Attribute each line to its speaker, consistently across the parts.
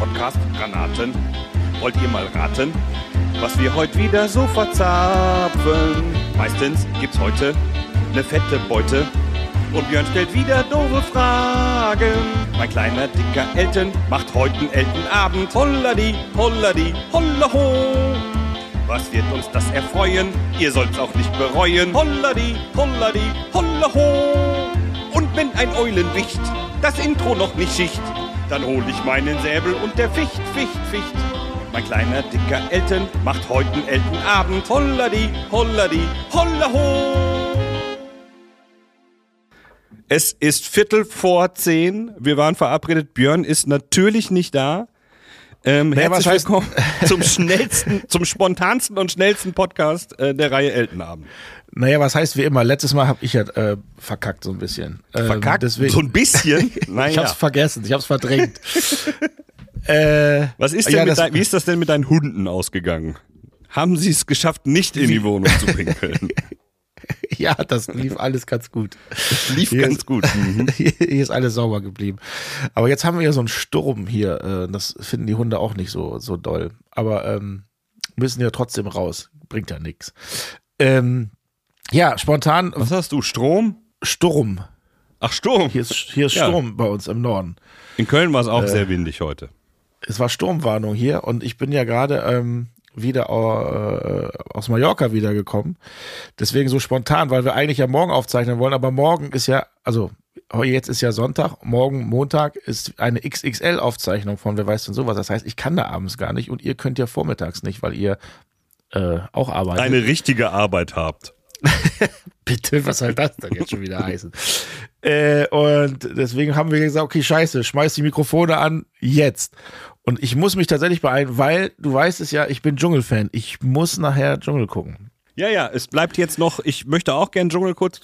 Speaker 1: Podcast-Granaten. Wollt ihr mal raten, was wir heute wieder so verzapfen? Meistens gibt's heute eine fette Beute. Und Björn stellt wieder doofe Fragen. Mein kleiner, dicker Elten macht heute einen Eltenabend. Holladi, holladi, holla ho. Was wird uns das erfreuen? Ihr sollt's auch nicht bereuen. Holladi, holladi, holla ho. Und wenn ein Eulenwicht das Intro noch nicht schicht, dann hol ich meinen Säbel und der Ficht, Ficht, Ficht. Mein kleiner, dicker Elten macht heute einen Eltenabend. Holladi, holladi, holla ho. Es ist Viertel vor zehn. Wir waren verabredet. Björn ist natürlich nicht da. Ähm,
Speaker 2: was
Speaker 1: herzlich
Speaker 2: heißt-
Speaker 1: willkommen zum schnellsten, zum spontansten und schnellsten Podcast äh, der Reihe Eltenabend.
Speaker 2: Naja, was heißt wie immer? Letztes Mal habe ich ja äh, verkackt so ein bisschen. Ähm,
Speaker 1: Verkackt,
Speaker 2: Deswegen,
Speaker 1: so ein bisschen. Naja.
Speaker 2: ich habe es vergessen, ich habe es verdrängt. äh,
Speaker 1: Was ist denn
Speaker 2: Ja,
Speaker 1: mit
Speaker 2: das-
Speaker 1: dein, wie ist das denn mit deinen Hunden ausgegangen? Haben sie es geschafft, nicht in die Wohnung zu pinkeln?
Speaker 2: ja, das lief alles ganz gut.
Speaker 1: Lief
Speaker 2: Hier
Speaker 1: ganz
Speaker 2: ist-
Speaker 1: gut. Mhm.
Speaker 2: Hier ist alles sauber geblieben. Aber jetzt haben wir ja so einen Sturm hier. äh, Das finden die Hunde auch nicht so, so doll. Aber ähm, müssen ja trotzdem raus. Bringt ja nichts. Ähm, ja, spontan
Speaker 1: Was hast du? Strom?
Speaker 2: Sturm.
Speaker 1: Ach, Sturm.
Speaker 2: Hier ist, hier ist
Speaker 1: Ja.
Speaker 2: Sturm bei uns im Norden.
Speaker 1: In Köln war es
Speaker 2: Äh.
Speaker 1: auch sehr windig heute.
Speaker 2: es war Sturmwarnung hier und ich bin ja gerade ähm, wieder äh, aus Mallorca wiedergekommen. Deswegen so spontan, weil wir eigentlich ja morgen aufzeichnen wollen, aber morgen ist ja, also heu- jetzt ist ja Sonntag, morgen Montag ist eine XXL-Aufzeichnung von Wer weiß denn sowas. Das heißt, ich kann da abends gar nicht und ihr könnt ja vormittags nicht, weil ihr äh, auch arbeitet.
Speaker 1: Eine richtige Arbeit habt.
Speaker 2: Bitte, was soll das denn jetzt schon wieder heißen? äh, und deswegen haben wir gesagt, okay, scheiße, schmeiß die Mikrofone an, jetzt. Und ich muss mich tatsächlich beeilen, weil du weißt es ja, ich bin Dschungelfan. Ich muss nachher Dschungel gucken.
Speaker 1: Ja, ja, es bleibt jetzt noch, ich möchte auch gern Dschungel, kurz,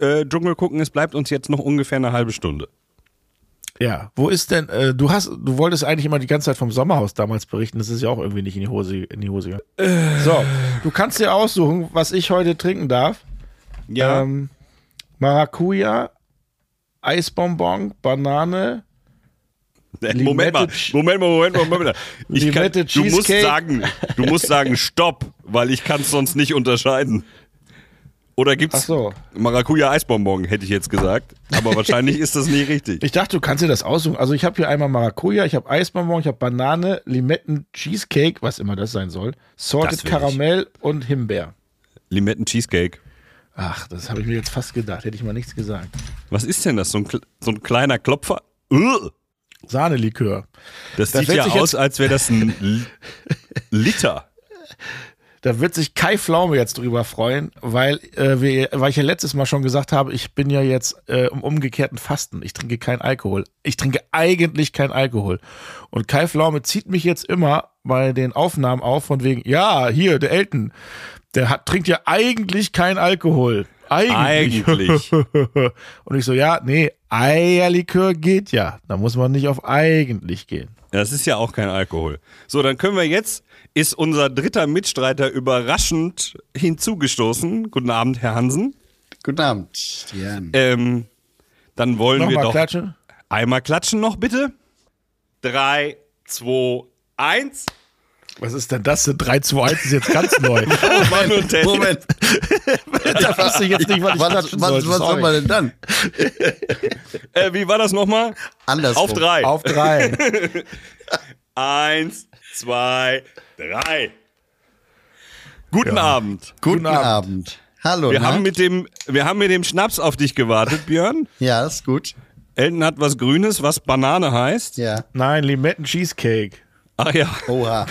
Speaker 1: äh, Dschungel gucken, es bleibt uns jetzt noch ungefähr eine halbe Stunde.
Speaker 2: Ja, wo ist denn, äh, du hast, du wolltest eigentlich immer die ganze Zeit vom Sommerhaus damals berichten, das ist ja auch irgendwie nicht in die Hose, in die Hose gegangen. So, du kannst dir aussuchen, was ich heute trinken darf.
Speaker 1: Ja,
Speaker 2: Ähm, Maracuja, Eisbonbon, Banane,
Speaker 1: äh, Moment, mal,
Speaker 2: Limette-
Speaker 1: Moment mal, Moment mal, Moment mal. Ich kann,
Speaker 2: Limette
Speaker 1: du musst
Speaker 2: Cheesecake.
Speaker 1: sagen, du musst sagen, stopp, weil ich kann es sonst nicht unterscheiden. Oder
Speaker 2: ach
Speaker 1: gibt's
Speaker 2: so.
Speaker 1: Maracuja-Eisbonbon, hätte ich jetzt gesagt. Aber wahrscheinlich ist das nicht richtig.
Speaker 2: Ich dachte, du kannst dir das aussuchen. Also ich habe hier einmal Maracuja, ich habe Eisbonbon, ich habe Banane, Limetten, Cheesecake, was immer das sein soll,
Speaker 1: Das
Speaker 2: Sorted
Speaker 1: will
Speaker 2: Karamell und Himbeer.
Speaker 1: Limetten-Cheesecake.
Speaker 2: Ach, das habe ich mir jetzt fast gedacht. Hätte ich mal nichts gesagt.
Speaker 1: Was ist denn das? So ein, kle- so ein kleiner Klopfer? Ugh.
Speaker 2: Sahnelikör.
Speaker 1: Das,
Speaker 2: Das
Speaker 1: sieht
Speaker 2: hört
Speaker 1: ja
Speaker 2: sich
Speaker 1: aus, als wäre das ein L- Liter.
Speaker 2: Da wird sich Kai Pflaume jetzt drüber freuen, weil, äh, wir, weil ich ja letztes Mal schon gesagt habe, ich bin ja jetzt äh, im umgekehrten Fasten. Ich trinke keinen Alkohol. Ich trinke eigentlich keinen Alkohol. Und Kai Pflaume zieht mich jetzt immer bei den Aufnahmen auf von wegen, ja, hier, der Elton, der hat, trinkt ja eigentlich keinen Alkohol. Eigentlich.
Speaker 1: Eigentlich.
Speaker 2: Und ich so, ja, nee, Eierlikör geht ja. Da muss man nicht auf eigentlich gehen.
Speaker 1: Das ist ja auch kein Alkohol. So, dann können wir jetzt, ist unser dritter Mitstreiter überraschend hinzugestoßen. Guten Abend, Herr Hansen.
Speaker 3: Guten Abend. Jan.
Speaker 1: Ähm, dann wollen wir
Speaker 2: Nochmal
Speaker 1: doch
Speaker 2: klatschen.
Speaker 1: einmal klatschen noch bitte. Drei, zwei, eins.
Speaker 2: Was ist denn das? 3, 2, 1 ist jetzt ganz neu.
Speaker 1: War nur ein Test.
Speaker 3: Moment,
Speaker 2: da wusste ich jetzt nicht, was ich
Speaker 3: was,
Speaker 2: klatschen
Speaker 3: was,
Speaker 2: sollte.
Speaker 3: was soll
Speaker 2: Sorry.
Speaker 3: man denn dann?
Speaker 1: Äh, wie war das nochmal?
Speaker 3: Andersrum.
Speaker 1: Auf drei.
Speaker 2: Auf drei.
Speaker 1: Eins, zwei, drei. Guten Abend.
Speaker 3: Guten Abend. Hallo.
Speaker 1: Wir
Speaker 3: na?
Speaker 1: haben, mit dem, wir haben mit dem Schnaps auf dich gewartet, Björn.
Speaker 3: ja, ist gut.
Speaker 1: Elton hat was Grünes, was Banane heißt.
Speaker 3: Ja.
Speaker 2: Nein, Limetten Cheesecake.
Speaker 1: Ach ja,
Speaker 3: Oha.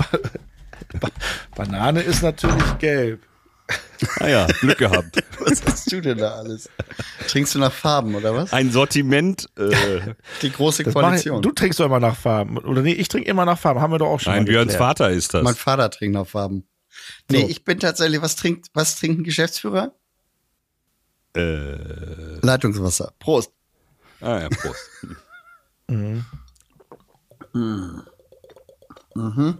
Speaker 2: Banane ist natürlich gelb.
Speaker 1: ah ja, Glück gehabt.
Speaker 3: Was hast du denn da alles? Trinkst du nach Farben oder was?
Speaker 1: Ein Sortiment. Äh,
Speaker 3: Die große
Speaker 2: Das mach ich,
Speaker 3: Koalition.
Speaker 2: du trinkst doch immer nach Farben. Oder nee, ich trinke immer nach Farben. Haben wir doch auch schon.
Speaker 1: nein,
Speaker 2: mal
Speaker 1: Björns
Speaker 2: geklärt.
Speaker 1: Vater ist
Speaker 3: mein
Speaker 1: das.
Speaker 3: Vater trinkt nach Farben. Nee,
Speaker 2: So.
Speaker 3: ich bin tatsächlich, was trinkt, was trinken Geschäftsführer?
Speaker 1: Äh,
Speaker 3: Leitungswasser. Prost.
Speaker 1: ah ja, Prost. Mhm.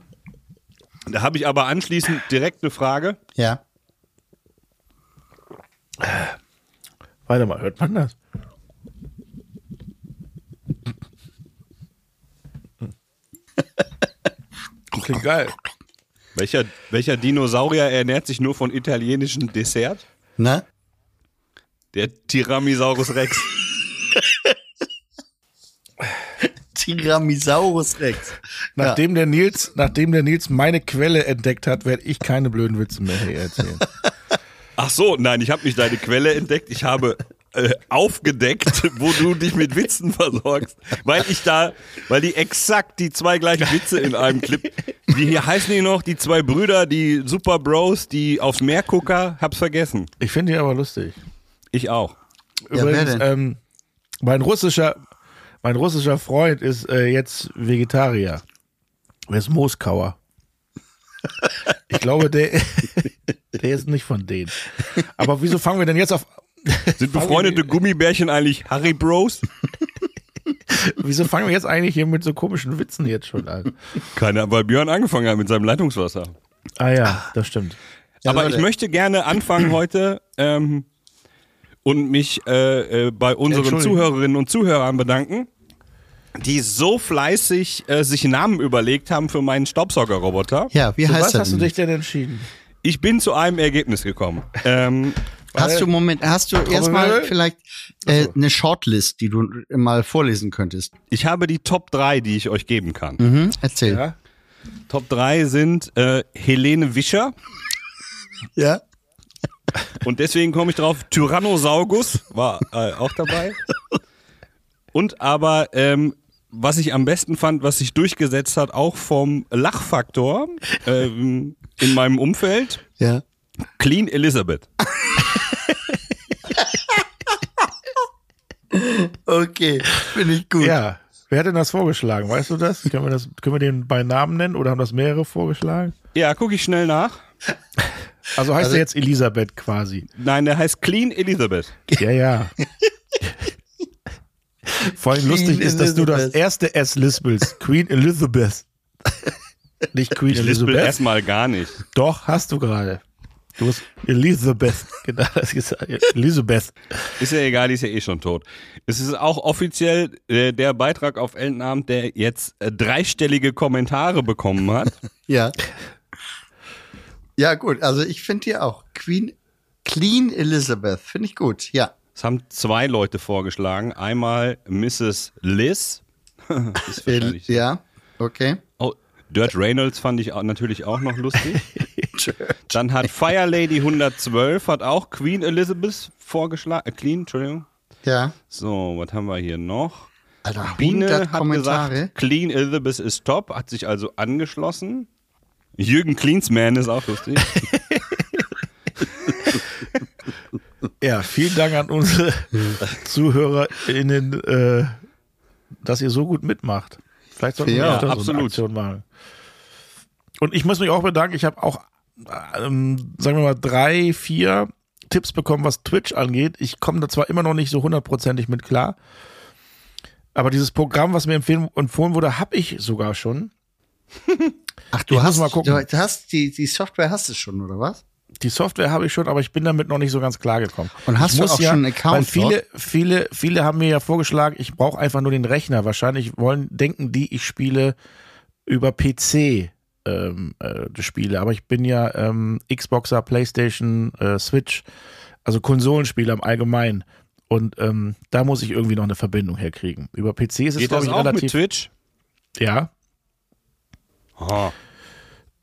Speaker 1: Da habe ich aber anschließend direkt eine Frage.
Speaker 3: Ja.
Speaker 2: Warte mal, hört man das? Klingt geil.
Speaker 1: Welcher, welcher Dinosaurier ernährt sich nur von italienischem Dessert?
Speaker 3: Na?
Speaker 1: Der Tyrannosaurus Rex.
Speaker 3: Tyrannosaurus Rex. ja.
Speaker 2: Nachdem, der Nils, nachdem der Nils meine Quelle entdeckt hat, werde ich keine blöden Witze mehr hier erzählen.
Speaker 1: Ach so, nein, ich habe nicht deine Quelle entdeckt. Ich habe äh, aufgedeckt, wo du dich mit Witzen versorgst, weil ich da, weil die exakt die zwei gleichen Witze in einem Clip. Wie hier heißen die noch? Die zwei Brüder, die Super Bros, die aufs Meer gucker. Hab's vergessen.
Speaker 2: Ich finde die aber lustig.
Speaker 1: Ich auch.
Speaker 3: Ja, wer
Speaker 2: Übrigens,
Speaker 3: denn?
Speaker 2: ähm, mein russischer, mein russischer Freund ist äh, jetzt Vegetarier. Er ist Mooskauer. Ich glaube, der, der ist nicht von denen. Aber wieso fangen wir denn jetzt auf,
Speaker 1: Sind befreundete Gummibärchen eigentlich Harry Bros?
Speaker 2: wieso fangen wir jetzt eigentlich hier mit so komischen Witzen jetzt schon an?
Speaker 1: Keiner, weil Björn angefangen hat mit seinem Leitungswasser.
Speaker 2: Ah ja, das stimmt.
Speaker 1: Aber ich
Speaker 3: Leute.
Speaker 1: möchte gerne anfangen heute ähm, und mich äh, äh, bei unseren
Speaker 2: Entschuldigung.
Speaker 1: Zuhörerinnen und Zuhörern bedanken, die so fleißig äh, sich Namen überlegt haben für meinen Staubsaugerroboter.
Speaker 3: ja, wie
Speaker 2: Zu
Speaker 3: heißt halt
Speaker 2: was
Speaker 3: er
Speaker 2: hast du
Speaker 3: denn?
Speaker 2: dich denn entschieden?
Speaker 1: Ich bin zu einem Ergebnis gekommen. Ähm,
Speaker 3: Hast du Moment, hast du erstmal
Speaker 2: Trommelwirbel?
Speaker 3: vielleicht äh, eine Shortlist, die du mal vorlesen könntest?
Speaker 1: ich habe die Top 3, die ich euch geben kann.
Speaker 3: Mhm, erzähl.
Speaker 2: Ja?
Speaker 1: Top 3 sind äh, Helene Wischer
Speaker 3: ja?
Speaker 1: und deswegen komme ich drauf, Tyrannosaugus war äh, auch dabei. Und aber, ähm, was ich am besten fand, was sich durchgesetzt hat, auch vom Lachfaktor ähm, in meinem Umfeld,
Speaker 3: Ja.
Speaker 1: Clean Elizabeth.
Speaker 3: Okay, finde ich gut.
Speaker 2: ja. Wer hat denn das vorgeschlagen? Weißt du das? Können wir, das, können wir den bei Namen nennen oder haben das mehrere vorgeschlagen?
Speaker 1: Ja, gucke ich schnell nach.
Speaker 2: Also heißt er jetzt Elisabeth quasi.
Speaker 1: Nein, der heißt Clean Elizabeth.
Speaker 2: Ja, ja. Vor allem
Speaker 3: Queen
Speaker 2: lustig ist, dass du das
Speaker 3: Elizabeth.
Speaker 2: erste S lispelst. Queen Elizabeth. Nicht Queen
Speaker 1: Ich lispel
Speaker 2: Elizabeth.
Speaker 1: erstmal gar nicht.
Speaker 2: Doch, hast du gerade. Du hast Elizabeth. Genau, das gesagt. Elizabeth.
Speaker 1: Ist ja egal, die ist ja eh schon tot. Es ist auch offiziell äh, der Beitrag auf Eltenabend, der jetzt äh, dreistellige Kommentare bekommen hat.
Speaker 3: Ja. Ja, gut. Also ich finde die auch. Queen Clean Elizabeth. Finde ich gut. Ja.
Speaker 1: Es haben zwei Leute vorgeschlagen. Einmal Mrs. Liz. ist
Speaker 3: Äh,
Speaker 1: wahrscheinlich.
Speaker 3: ja. Okay.
Speaker 1: Oh, Dirt Reynolds fand ich auch, natürlich auch noch lustig. Dann hat Fire Lady 112 hat auch Queen Elizabeth vorgeschlagen. Äh, Clean, Entschuldigung.
Speaker 3: Ja.
Speaker 1: So, was haben wir hier noch?
Speaker 3: Alter,
Speaker 1: Biene
Speaker 3: 100
Speaker 1: hat
Speaker 3: Kommentare.
Speaker 1: gesagt, Clean Elizabeth ist top, hat sich also angeschlossen. Jürgen Cleansman ist auch lustig.
Speaker 2: Ja, vielen Dank an unsere ZuhörerInnen, äh, dass ihr so gut mitmacht. Vielleicht sollten wir
Speaker 3: Ja,
Speaker 2: auch da so eine
Speaker 1: absolut.
Speaker 2: Aktion machen. Und ich muss mich auch bedanken, ich habe auch, ähm, sagen wir mal, drei, vier Tipps bekommen, was Twitch angeht. Ich komme da zwar immer noch nicht so hundertprozentig mit klar, aber dieses Programm, was mir empfehlen, empfohlen wurde, habe ich sogar schon.
Speaker 3: Ach, du
Speaker 2: Ich muss
Speaker 3: hast,
Speaker 2: mal gucken.
Speaker 3: du hast die, die Software hast du schon, oder was?
Speaker 2: Die Software habe ich schon, aber ich bin damit noch nicht so ganz klar gekommen.
Speaker 3: Und hast
Speaker 2: ich
Speaker 3: du
Speaker 2: muss
Speaker 3: auch
Speaker 2: ja,
Speaker 3: schon einen Account
Speaker 2: Weil viele, viele, viele haben mir ja vorgeschlagen, ich brauche einfach nur den Rechner. Wahrscheinlich wollen, denken die, ich spiele über PC ähm, äh, die Spiele. Aber ich bin ja ähm, Xboxer, PlayStation, äh, Switch, also Konsolenspieler im Allgemeinen. Und ähm, da muss ich irgendwie noch eine Verbindung herkriegen. Über PC ist es,
Speaker 1: Geht
Speaker 2: glaube
Speaker 1: das
Speaker 2: ich,
Speaker 1: auch mit
Speaker 2: relativ.
Speaker 1: Twitch?
Speaker 2: Ja.
Speaker 1: Oh.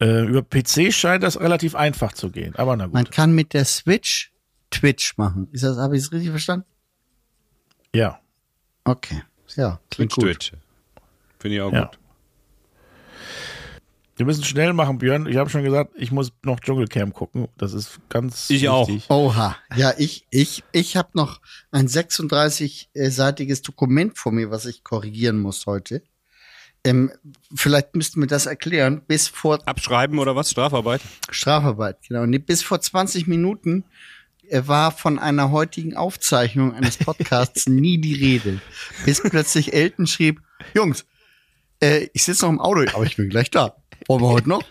Speaker 2: Äh, über PC scheint das relativ einfach zu gehen. Aber na gut.
Speaker 3: Man kann mit der Switch Twitch machen. Ist das, habe ich es richtig verstanden?
Speaker 2: ja.
Speaker 3: Okay. Ja, klingt
Speaker 1: Twitch,
Speaker 3: gut.
Speaker 1: Twitch. Finde ich auch
Speaker 2: Ja.
Speaker 1: gut.
Speaker 2: Wir müssen schnell machen, Björn. Ich habe schon gesagt, ich muss noch Dschungelcamp gucken. Das ist ganz
Speaker 1: Ich auch.
Speaker 2: wichtig.
Speaker 3: Oha. Ja, ich, ich, ich habe noch ein 36-seitiges Dokument vor mir, was ich korrigieren muss heute. Ähm, vielleicht müssten wir das erklären. Bis vor
Speaker 1: Abschreiben oder was? Strafarbeit?
Speaker 3: Strafarbeit, genau. Nee, bis vor 20 Minuten äh, war von einer heutigen Aufzeichnung eines Podcasts nie die Rede. Bis plötzlich Elton schrieb, Jungs, äh, ich sitze noch im Auto, aber ich bin gleich da. Wollen wir heute noch?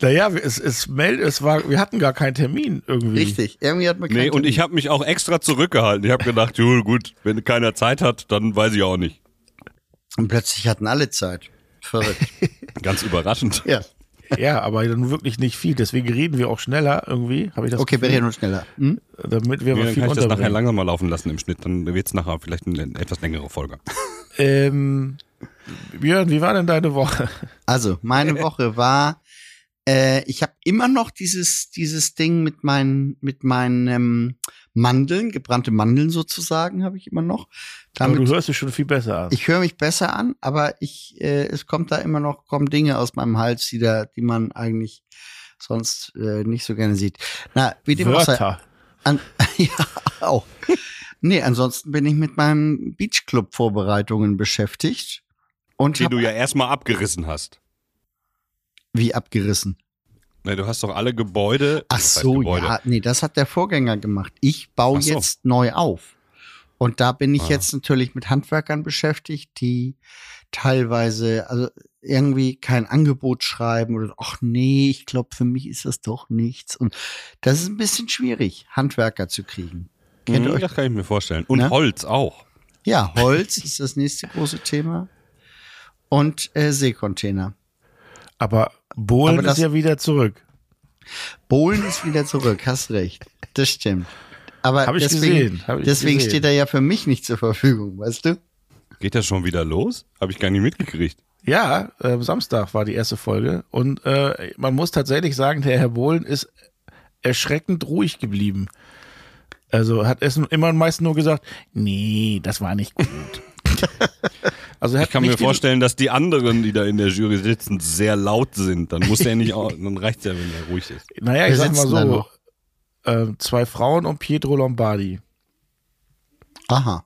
Speaker 2: Naja, wir- es, es meld, es war, wir hatten gar keinen Termin irgendwie.
Speaker 3: Richtig. Irgendwie hat man
Speaker 1: Mhm. Nee,
Speaker 3: keinen
Speaker 1: und ich habe mich auch extra zurückgehalten. Ich habe gedacht, jo, gut, wenn keiner Zeit hat, dann weiß ich auch nicht.
Speaker 3: Und plötzlich hatten alle Zeit. Verrückt.
Speaker 1: Ganz überraschend.
Speaker 3: Ja.
Speaker 2: Ja, aber dann wirklich nicht viel. Deswegen reden wir auch schneller irgendwie. Habe ich das
Speaker 3: Okay, wir
Speaker 2: Gefühl,
Speaker 3: reden uns schneller. Hm?
Speaker 2: damit wir
Speaker 1: Ja,
Speaker 2: mal
Speaker 1: dann
Speaker 2: viel
Speaker 1: kann ich das nachher
Speaker 2: unterbringen.
Speaker 1: langsamer laufen lassen im Schnitt. Dann wird es nachher vielleicht eine etwas längere Folge.
Speaker 2: Ähm, Björn, wie war denn deine Woche?
Speaker 3: Also, meine Woche war, äh, ich habe immer noch dieses, dieses Ding mit meinen, mit meinen ähm, Mandeln, gebrannte Mandeln sozusagen, habe ich immer noch.
Speaker 2: Aber
Speaker 3: Damit,
Speaker 2: du hörst dich schon viel besser an.
Speaker 3: ich höre mich besser an, aber ich, äh, es kommt da immer noch, kommen Dinge aus meinem Hals, die da, die man eigentlich sonst äh, nicht so gerne sieht. Na, wie dem auch sei,
Speaker 2: Wörter.
Speaker 3: An ja, auch. Nee, ansonsten bin ich mit meinen Beachclub-Vorbereitungen beschäftigt und
Speaker 1: Die
Speaker 3: hab,
Speaker 1: du ja erstmal abgerissen hast.
Speaker 3: wie abgerissen.
Speaker 1: Na, du hast doch alle Gebäude.
Speaker 3: Ach
Speaker 1: das heißt
Speaker 3: so,
Speaker 1: Gebäude.
Speaker 3: ja. Nee, das hat der Vorgänger gemacht. Ich baue
Speaker 1: Ach so.
Speaker 3: jetzt neu auf. Und da bin ich
Speaker 1: Ah.
Speaker 3: jetzt natürlich mit Handwerkern beschäftigt, die teilweise, also irgendwie kein Angebot schreiben oder ach nee, ich glaube, für mich ist das doch nichts. Und das ist ein bisschen schwierig, Handwerker zu kriegen. Kennt ihr
Speaker 1: Mhm,
Speaker 3: euch
Speaker 1: Das kann ich mir vorstellen. Und
Speaker 3: Ne?
Speaker 1: Holz auch.
Speaker 3: Ja, Holz ist das nächste große Thema. Und äh, Seekontainer.
Speaker 2: Aber Bohlen
Speaker 3: Aber das-
Speaker 2: ist ja wieder zurück.
Speaker 3: Bohlen ist wieder zurück, hast recht. Das stimmt. Aber
Speaker 2: Hab ich
Speaker 3: deswegen,
Speaker 2: gesehen, hab ich
Speaker 3: deswegen
Speaker 2: gesehen.
Speaker 3: steht er ja für mich nicht zur Verfügung, weißt du?
Speaker 1: Geht das schon wieder los? Habe ich gar nicht mitgekriegt.
Speaker 2: Ja, äh, Samstag war die erste Folge und äh, man muss tatsächlich sagen, der Herr Bohlen ist erschreckend ruhig geblieben. Also hat es immer meist nur gesagt, nee, das war nicht gut. also er hat
Speaker 1: Ich kann
Speaker 2: nicht
Speaker 1: mir
Speaker 2: die-
Speaker 1: vorstellen, dass die anderen, die da in der Jury sitzen, sehr laut sind. Dann muss der nicht, au- dann reicht's ja, wenn er ruhig ist.
Speaker 2: Naja, ich
Speaker 3: Wir
Speaker 2: sag mal
Speaker 3: sitzen da
Speaker 2: so,
Speaker 3: noch.
Speaker 2: ähm, zwei Frauen und Pietro Lombardi.
Speaker 3: Aha.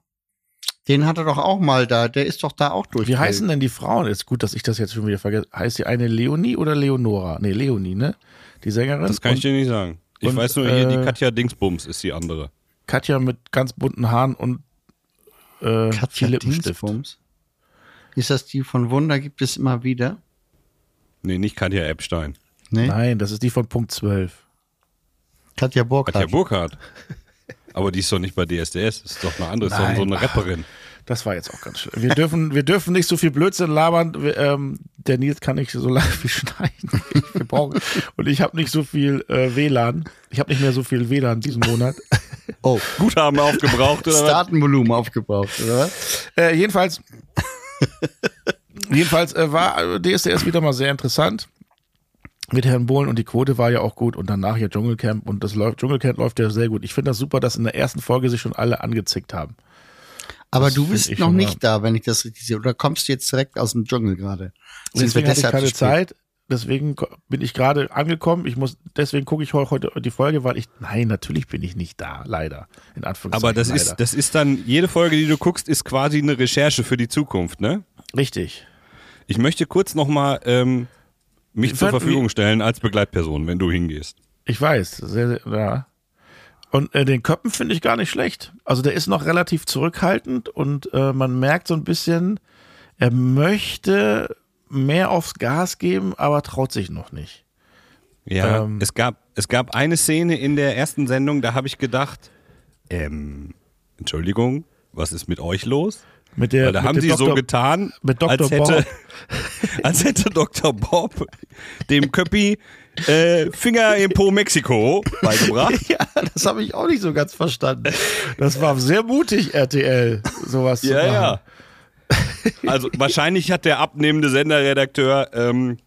Speaker 3: Den hat er doch auch mal da. Der ist doch da auch durch.
Speaker 2: Wie heißen denn die Frauen? Ist gut, dass ich das jetzt schon wieder vergesse. Heißt die eine Leonie oder Leonora? Nee, Leonie, ne? Die Sängerin.
Speaker 1: Das kann ich
Speaker 2: und
Speaker 1: dir nicht sagen. Ich
Speaker 2: und,
Speaker 1: weiß nur, hier
Speaker 2: äh,
Speaker 1: die Katja Dingsbums ist die andere.
Speaker 2: Katja mit ganz bunten Haaren und äh, viel
Speaker 3: Katja
Speaker 2: Lippenstift.
Speaker 3: Dingsbums. Ist das die von Wunder gibt es immer wieder?
Speaker 1: Nee, nicht Katja Epstein.
Speaker 3: Nee.
Speaker 2: Nein, das ist die von Punkt 12.
Speaker 3: Katja Burkhardt.
Speaker 1: Katja Burkhardt. Aber die ist doch nicht bei DSDS, ist doch eine andere, ist doch
Speaker 2: Nein.
Speaker 1: so eine Rapperin.
Speaker 2: Das war jetzt auch ganz schön. Wir dürfen, wir dürfen nicht so viel Blödsinn labern. Wir, ähm, der Nils kann nicht so lange wie schneiden. Wir brauchen, und ich habe nicht so viel äh, WLAN. Ich habe nicht mehr so viel WLAN diesen Monat.
Speaker 3: oh,
Speaker 1: Guthaben aufgebraucht oder was?
Speaker 3: Datenvolumen aufgebraucht, oder was?
Speaker 2: Äh, jedenfalls, jedenfalls äh, war DSDS wieder mal sehr interessant mit Herrn Bohlen und die Quote war ja auch gut und danach ja Dschungelcamp und das läuft, Dschungelcamp läuft ja sehr gut. Ich finde das super, dass in der ersten Folge sich schon alle angezickt haben.
Speaker 3: Aber
Speaker 2: Das
Speaker 3: du
Speaker 2: find
Speaker 3: bist
Speaker 2: ich
Speaker 3: noch
Speaker 2: schon
Speaker 3: nicht da, wenn ich das richtig sehe. Oder kommst du jetzt direkt aus dem Dschungel gerade?
Speaker 2: Und
Speaker 3: Sind wir
Speaker 2: deswegen hatte ich
Speaker 3: deshalb
Speaker 2: keine
Speaker 3: zu spät?
Speaker 2: Zeit. Deswegen ko- bin ich gerade angekommen. Ich muss, deswegen gucke ich heu- heute die Folge, weil ich, nein, natürlich bin ich nicht da, leider. In Anführungszeichen.
Speaker 1: Aber das
Speaker 2: leider.
Speaker 1: ist, das ist dann, jede Folge, die du guckst, ist quasi eine Recherche für die Zukunft, ne?
Speaker 2: richtig.
Speaker 1: Ich möchte kurz nochmal ähm, mich
Speaker 2: Wir
Speaker 1: zur
Speaker 2: fanden-
Speaker 1: Verfügung stellen als Begleitperson, wenn du hingehst.
Speaker 2: Ich weiß, sehr, sehr, ja. Und äh, den Köppen finde ich gar nicht schlecht. Also der ist noch relativ zurückhaltend und äh, man merkt so ein bisschen, er möchte mehr aufs Gas geben, aber traut sich noch nicht.
Speaker 1: Ja,
Speaker 2: Ähm.
Speaker 1: es, gab, es gab eine Szene in der ersten Sendung, da habe ich gedacht, ähm, Entschuldigung, was ist mit euch los?
Speaker 2: Mit der,
Speaker 1: Weil da
Speaker 2: mit
Speaker 1: haben
Speaker 2: dem
Speaker 1: sie so
Speaker 2: Dr.
Speaker 1: getan,
Speaker 2: mit Dr.
Speaker 1: als, hätte, als hätte Dr. Bob dem Köppi äh, Finger im Po Mexiko beigebracht.
Speaker 2: Ja, das habe ich auch nicht so ganz verstanden. Das war sehr mutig, RTL, sowas zu
Speaker 1: Ja,
Speaker 2: machen.
Speaker 1: ja. Also wahrscheinlich hat der abnehmende Senderredakteur ähm,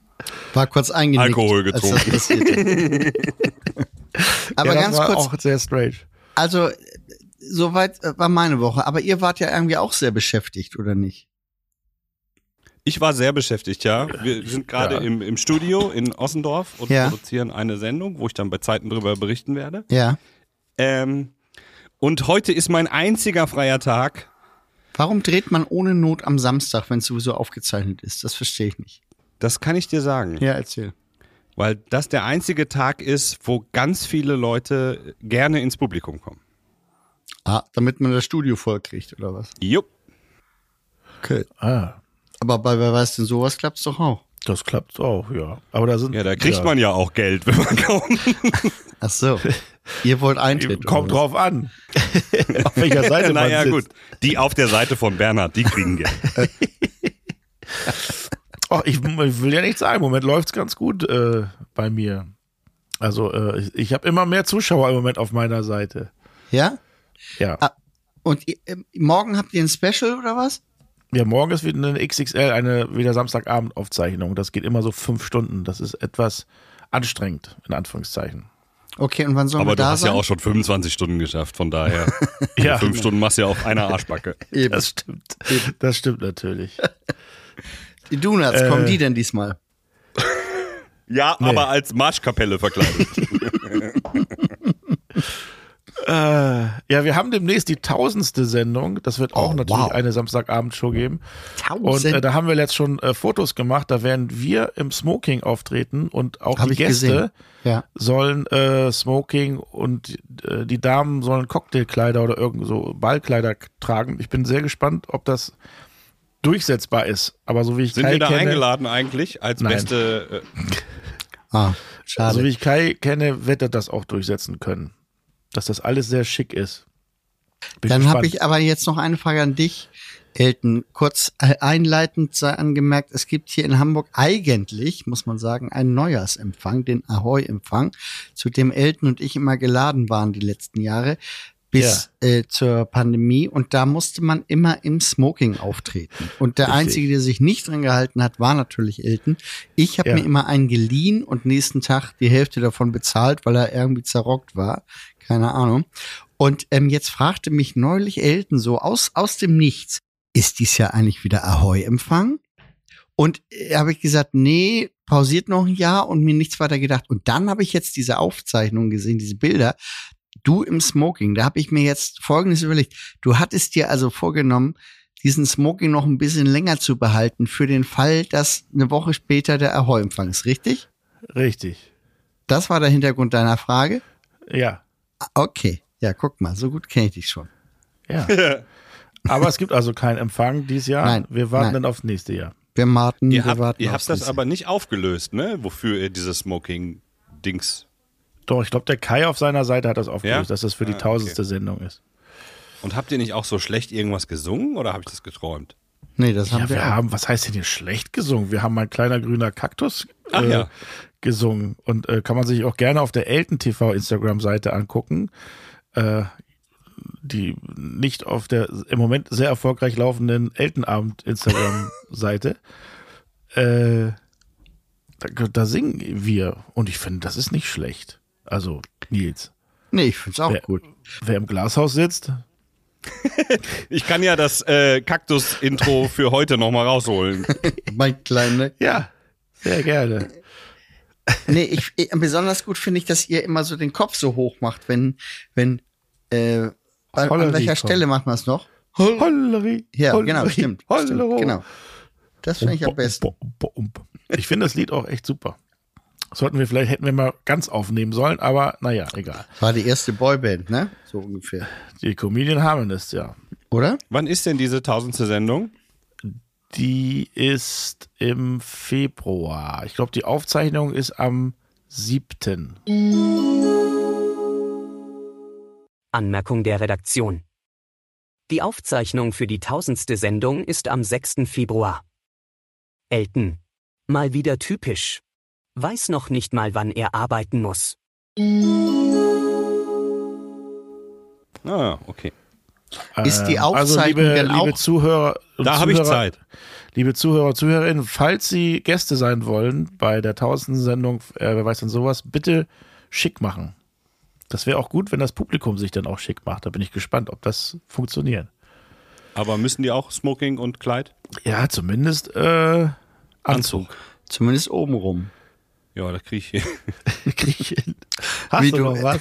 Speaker 3: War kurz eingenickt.
Speaker 1: Alkohol
Speaker 3: als das
Speaker 1: getrunken.
Speaker 3: passierte. Aber
Speaker 2: ja,
Speaker 3: ganz
Speaker 2: das war
Speaker 3: kurz,
Speaker 2: auch sehr strange.
Speaker 3: also äh, soweit äh, war meine Woche. Aber ihr wart ja irgendwie auch sehr beschäftigt, oder nicht?
Speaker 1: Ich war sehr beschäftigt, ja. Wir sind gerade
Speaker 2: Ja.
Speaker 1: im, im Studio in Ossendorf und
Speaker 3: Ja.
Speaker 1: produzieren eine Sendung, wo ich dann bei Zeiten drüber berichten werde.
Speaker 3: Ja.
Speaker 1: Ähm, und heute ist mein einziger freier Tag.
Speaker 3: Warum dreht man ohne Not am Samstag, wenn es sowieso aufgezeichnet ist? Das verstehe ich nicht.
Speaker 1: Das kann ich dir sagen.
Speaker 3: Ja, erzähl.
Speaker 1: Weil das der einzige Tag ist, wo ganz viele Leute gerne ins Publikum kommen.
Speaker 3: Ah, damit man das Studio vollkriegt, oder was?
Speaker 1: Jupp.
Speaker 3: Okay.
Speaker 2: Ah,
Speaker 3: Aber bei Wer weiß denn sowas klappt's doch auch.
Speaker 2: das klappt auch, ja. Aber da sind
Speaker 1: Ja, da kriegt man ja auch Geld, wenn man kommt.
Speaker 3: Ach so. ihr wollt Eintritt.
Speaker 2: Kommt
Speaker 3: oder was?
Speaker 2: drauf an. Auf welcher Seite man
Speaker 1: naja,
Speaker 2: sitzt.
Speaker 1: gut. Die auf der Seite von Bernhard, die kriegen Geld.
Speaker 2: Ach, ich, ich will ja nichts sagen. Im Moment läuft's ganz gut äh, bei mir. Also äh, ich, ich habe immer mehr Zuschauer im Moment auf meiner Seite.
Speaker 3: Ja?
Speaker 2: Ja.
Speaker 3: Ah. Und ihr, ähm, morgen habt ihr ein Special oder was?
Speaker 2: ja, morgen ist wieder eine XXL, eine wieder Samstagabend-Aufzeichnung. Das geht immer so fünf Stunden. Das ist etwas anstrengend, in Anführungszeichen.
Speaker 3: Okay, und wann sollen
Speaker 1: Aber
Speaker 3: wir
Speaker 1: du
Speaker 3: da
Speaker 1: hast
Speaker 3: sein?
Speaker 1: ja auch schon 25 Stunden geschafft, von daher.
Speaker 2: Ja.
Speaker 1: Fünf Stunden machst du ja auf einer Arschbacke.
Speaker 3: Eben.
Speaker 2: Das stimmt. Das stimmt natürlich.
Speaker 3: die Donuts,
Speaker 2: Äh,
Speaker 3: kommen die denn diesmal?
Speaker 1: Ja, aber als Marschkapelle verkleidet.
Speaker 2: Äh, ja, wir haben demnächst die tausendste Sendung. Das wird auch
Speaker 3: Oh,
Speaker 2: natürlich
Speaker 3: wow.
Speaker 2: eine Samstagabendshow geben. Und
Speaker 3: Tausend.
Speaker 2: äh, da haben wir jetzt schon äh, Fotos gemacht. Da werden wir im Smoking auftreten und auch
Speaker 3: Hab
Speaker 2: die
Speaker 3: ich
Speaker 2: Gäste
Speaker 3: gesehen. ja.
Speaker 2: sollen äh, Smoking und äh, die Damen sollen Cocktailkleider oder irgend so Ballkleider k- tragen. Ich bin sehr gespannt, ob das durchsetzbar ist. Aber so wie ich
Speaker 1: Sind
Speaker 2: Kai
Speaker 1: wir da
Speaker 2: kenne,
Speaker 1: eingeladen eigentlich als
Speaker 2: Nein.
Speaker 1: beste. Äh,
Speaker 3: Ah, schade.
Speaker 2: so wie Also ich Kai kenne, wird er das auch durchsetzen können. Dass das alles sehr schick ist. Bin
Speaker 3: Dann habe
Speaker 2: gespannt.
Speaker 3: ich aber jetzt noch eine Frage an dich, Elton. Kurz äh, einleitend sei angemerkt, es gibt hier in Hamburg eigentlich, muss man sagen, einen Neujahrsempfang, den Ahoi-Empfang, zu dem Elton und ich immer geladen waren die letzten Jahre bis äh, zur Pandemie. Und da musste man immer im Smoking auftreten. Und der
Speaker 2: Richtig.
Speaker 3: Einzige, der sich nicht dran gehalten hat, war natürlich Elton. Ich habe
Speaker 2: Ja.
Speaker 3: mir immer einen geliehen und nächsten Tag die Hälfte davon bezahlt, weil er irgendwie zerrockt war. Keine Ahnung. Und ähm, jetzt fragte mich neulich Elton so aus, aus dem Nichts, ist dies ja eigentlich wieder Ahoi-Empfang? Und äh, habe ich gesagt, nee, pausiert noch ein Jahr und mir nichts weiter gedacht. Und dann habe ich jetzt diese Aufzeichnungen gesehen, diese Bilder. Du im Smoking, da habe ich mir jetzt Folgendes überlegt. Du hattest dir also vorgenommen, diesen Smoking noch ein bisschen länger zu behalten für den Fall, dass eine Woche später der Ahoi-Empfang ist, richtig?
Speaker 2: Richtig.
Speaker 3: Das war der Hintergrund deiner Frage.
Speaker 2: Ja.
Speaker 3: Ah, Okay, ja, guck mal, so gut kenne ich dich schon.
Speaker 2: Ja.
Speaker 1: äh,
Speaker 2: aber es gibt also keinen Empfang dieses Jahr.
Speaker 3: Nein,
Speaker 2: wir warten
Speaker 3: nein.
Speaker 2: dann aufs nächste Jahr.
Speaker 3: Wir warten,
Speaker 1: ihr
Speaker 3: wir
Speaker 1: habt,
Speaker 3: warten.
Speaker 1: ihr
Speaker 3: aufs
Speaker 1: habt das
Speaker 3: nächste.
Speaker 1: aber nicht aufgelöst, ne? Wofür ihr dieses Smoking-Dings.
Speaker 2: Doch, ich glaube, der Kai auf seiner Seite hat das aufgelöst,
Speaker 1: Ja?
Speaker 2: dass das für die
Speaker 1: Ah, okay.
Speaker 2: tausendste Sendung ist.
Speaker 1: Und habt ihr nicht auch so schlecht irgendwas gesungen oder habe ich das geträumt?
Speaker 3: Nee, das haben
Speaker 2: Ja, wir
Speaker 3: wir. auch.
Speaker 2: haben, was heißt denn hier schlecht gesungen? Wir haben mal kleiner grüner Kaktus
Speaker 1: Ach
Speaker 2: äh,
Speaker 1: ja.
Speaker 2: gesungen und äh, kann man sich auch gerne auf der Elten TV Instagram Seite angucken. Äh, die nicht auf der im Moment sehr erfolgreich laufenden Eltenabend Instagram Seite. äh, da, da singen wir und ich finde, das ist nicht schlecht. Also Nils,
Speaker 3: Nee, ich find's auch
Speaker 2: Ja.
Speaker 3: gut.
Speaker 2: wer im Glashaus sitzt,
Speaker 1: Ich kann ja das äh, Kaktus-Intro für heute nochmal rausholen.
Speaker 3: Mein kleiner.
Speaker 2: ja, sehr gerne.
Speaker 3: Nee, ich, ich besonders gut finde ich, dass ihr immer so den Kopf so hoch macht, wenn, wenn, äh, an,
Speaker 2: Hollerie
Speaker 3: an welcher
Speaker 2: kommt.
Speaker 3: Stelle macht man es noch?
Speaker 2: Holleri,
Speaker 3: Ja, genau,
Speaker 2: holleri,
Speaker 3: stimmt.
Speaker 2: hollero.
Speaker 3: stimmt genau. Das finde ich am besten.
Speaker 2: Ich finde das Lied auch echt super. Sollten wir vielleicht, hätten wir mal ganz aufnehmen sollen, aber naja, egal.
Speaker 3: War die erste Boyband, ne? So ungefähr.
Speaker 2: Die Comedian Harmonist, ja.
Speaker 3: Oder?
Speaker 1: Wann ist denn diese tausendste Sendung?
Speaker 2: Die ist im Februar. Ich glaube, die Aufzeichnung ist am 7.
Speaker 4: Anmerkung der Redaktion. Die Aufzeichnung für die tausendste Sendung ist am 6. Februar. Elton. Mal wieder typisch. Weiß noch nicht mal, wann er arbeiten muss.
Speaker 1: Ah, okay.
Speaker 3: Ist die
Speaker 2: also, liebe,
Speaker 3: Aufzeichnung denn
Speaker 2: liebe
Speaker 3: auch-
Speaker 2: Zuhörer, und
Speaker 1: Da habe ich
Speaker 2: Zuhörer-
Speaker 1: Zeit.
Speaker 2: Liebe Zuhörer, Zuhörerinnen, falls Sie Gäste sein wollen bei der tausendsten Sendung, äh, wer weiß denn sowas, bitte schick machen. Das wäre auch gut, wenn das Publikum sich dann auch schick macht. Da bin ich gespannt, ob das funktioniert.
Speaker 1: Aber müssen die auch Smoking und Kleid?
Speaker 2: Ja, zumindest äh, Anzug.
Speaker 3: Zumindest obenrum.
Speaker 1: Ja, das kriege ich hin.
Speaker 2: Krieg ich hin. Hast
Speaker 3: Wie
Speaker 2: du
Speaker 3: du-
Speaker 2: noch was?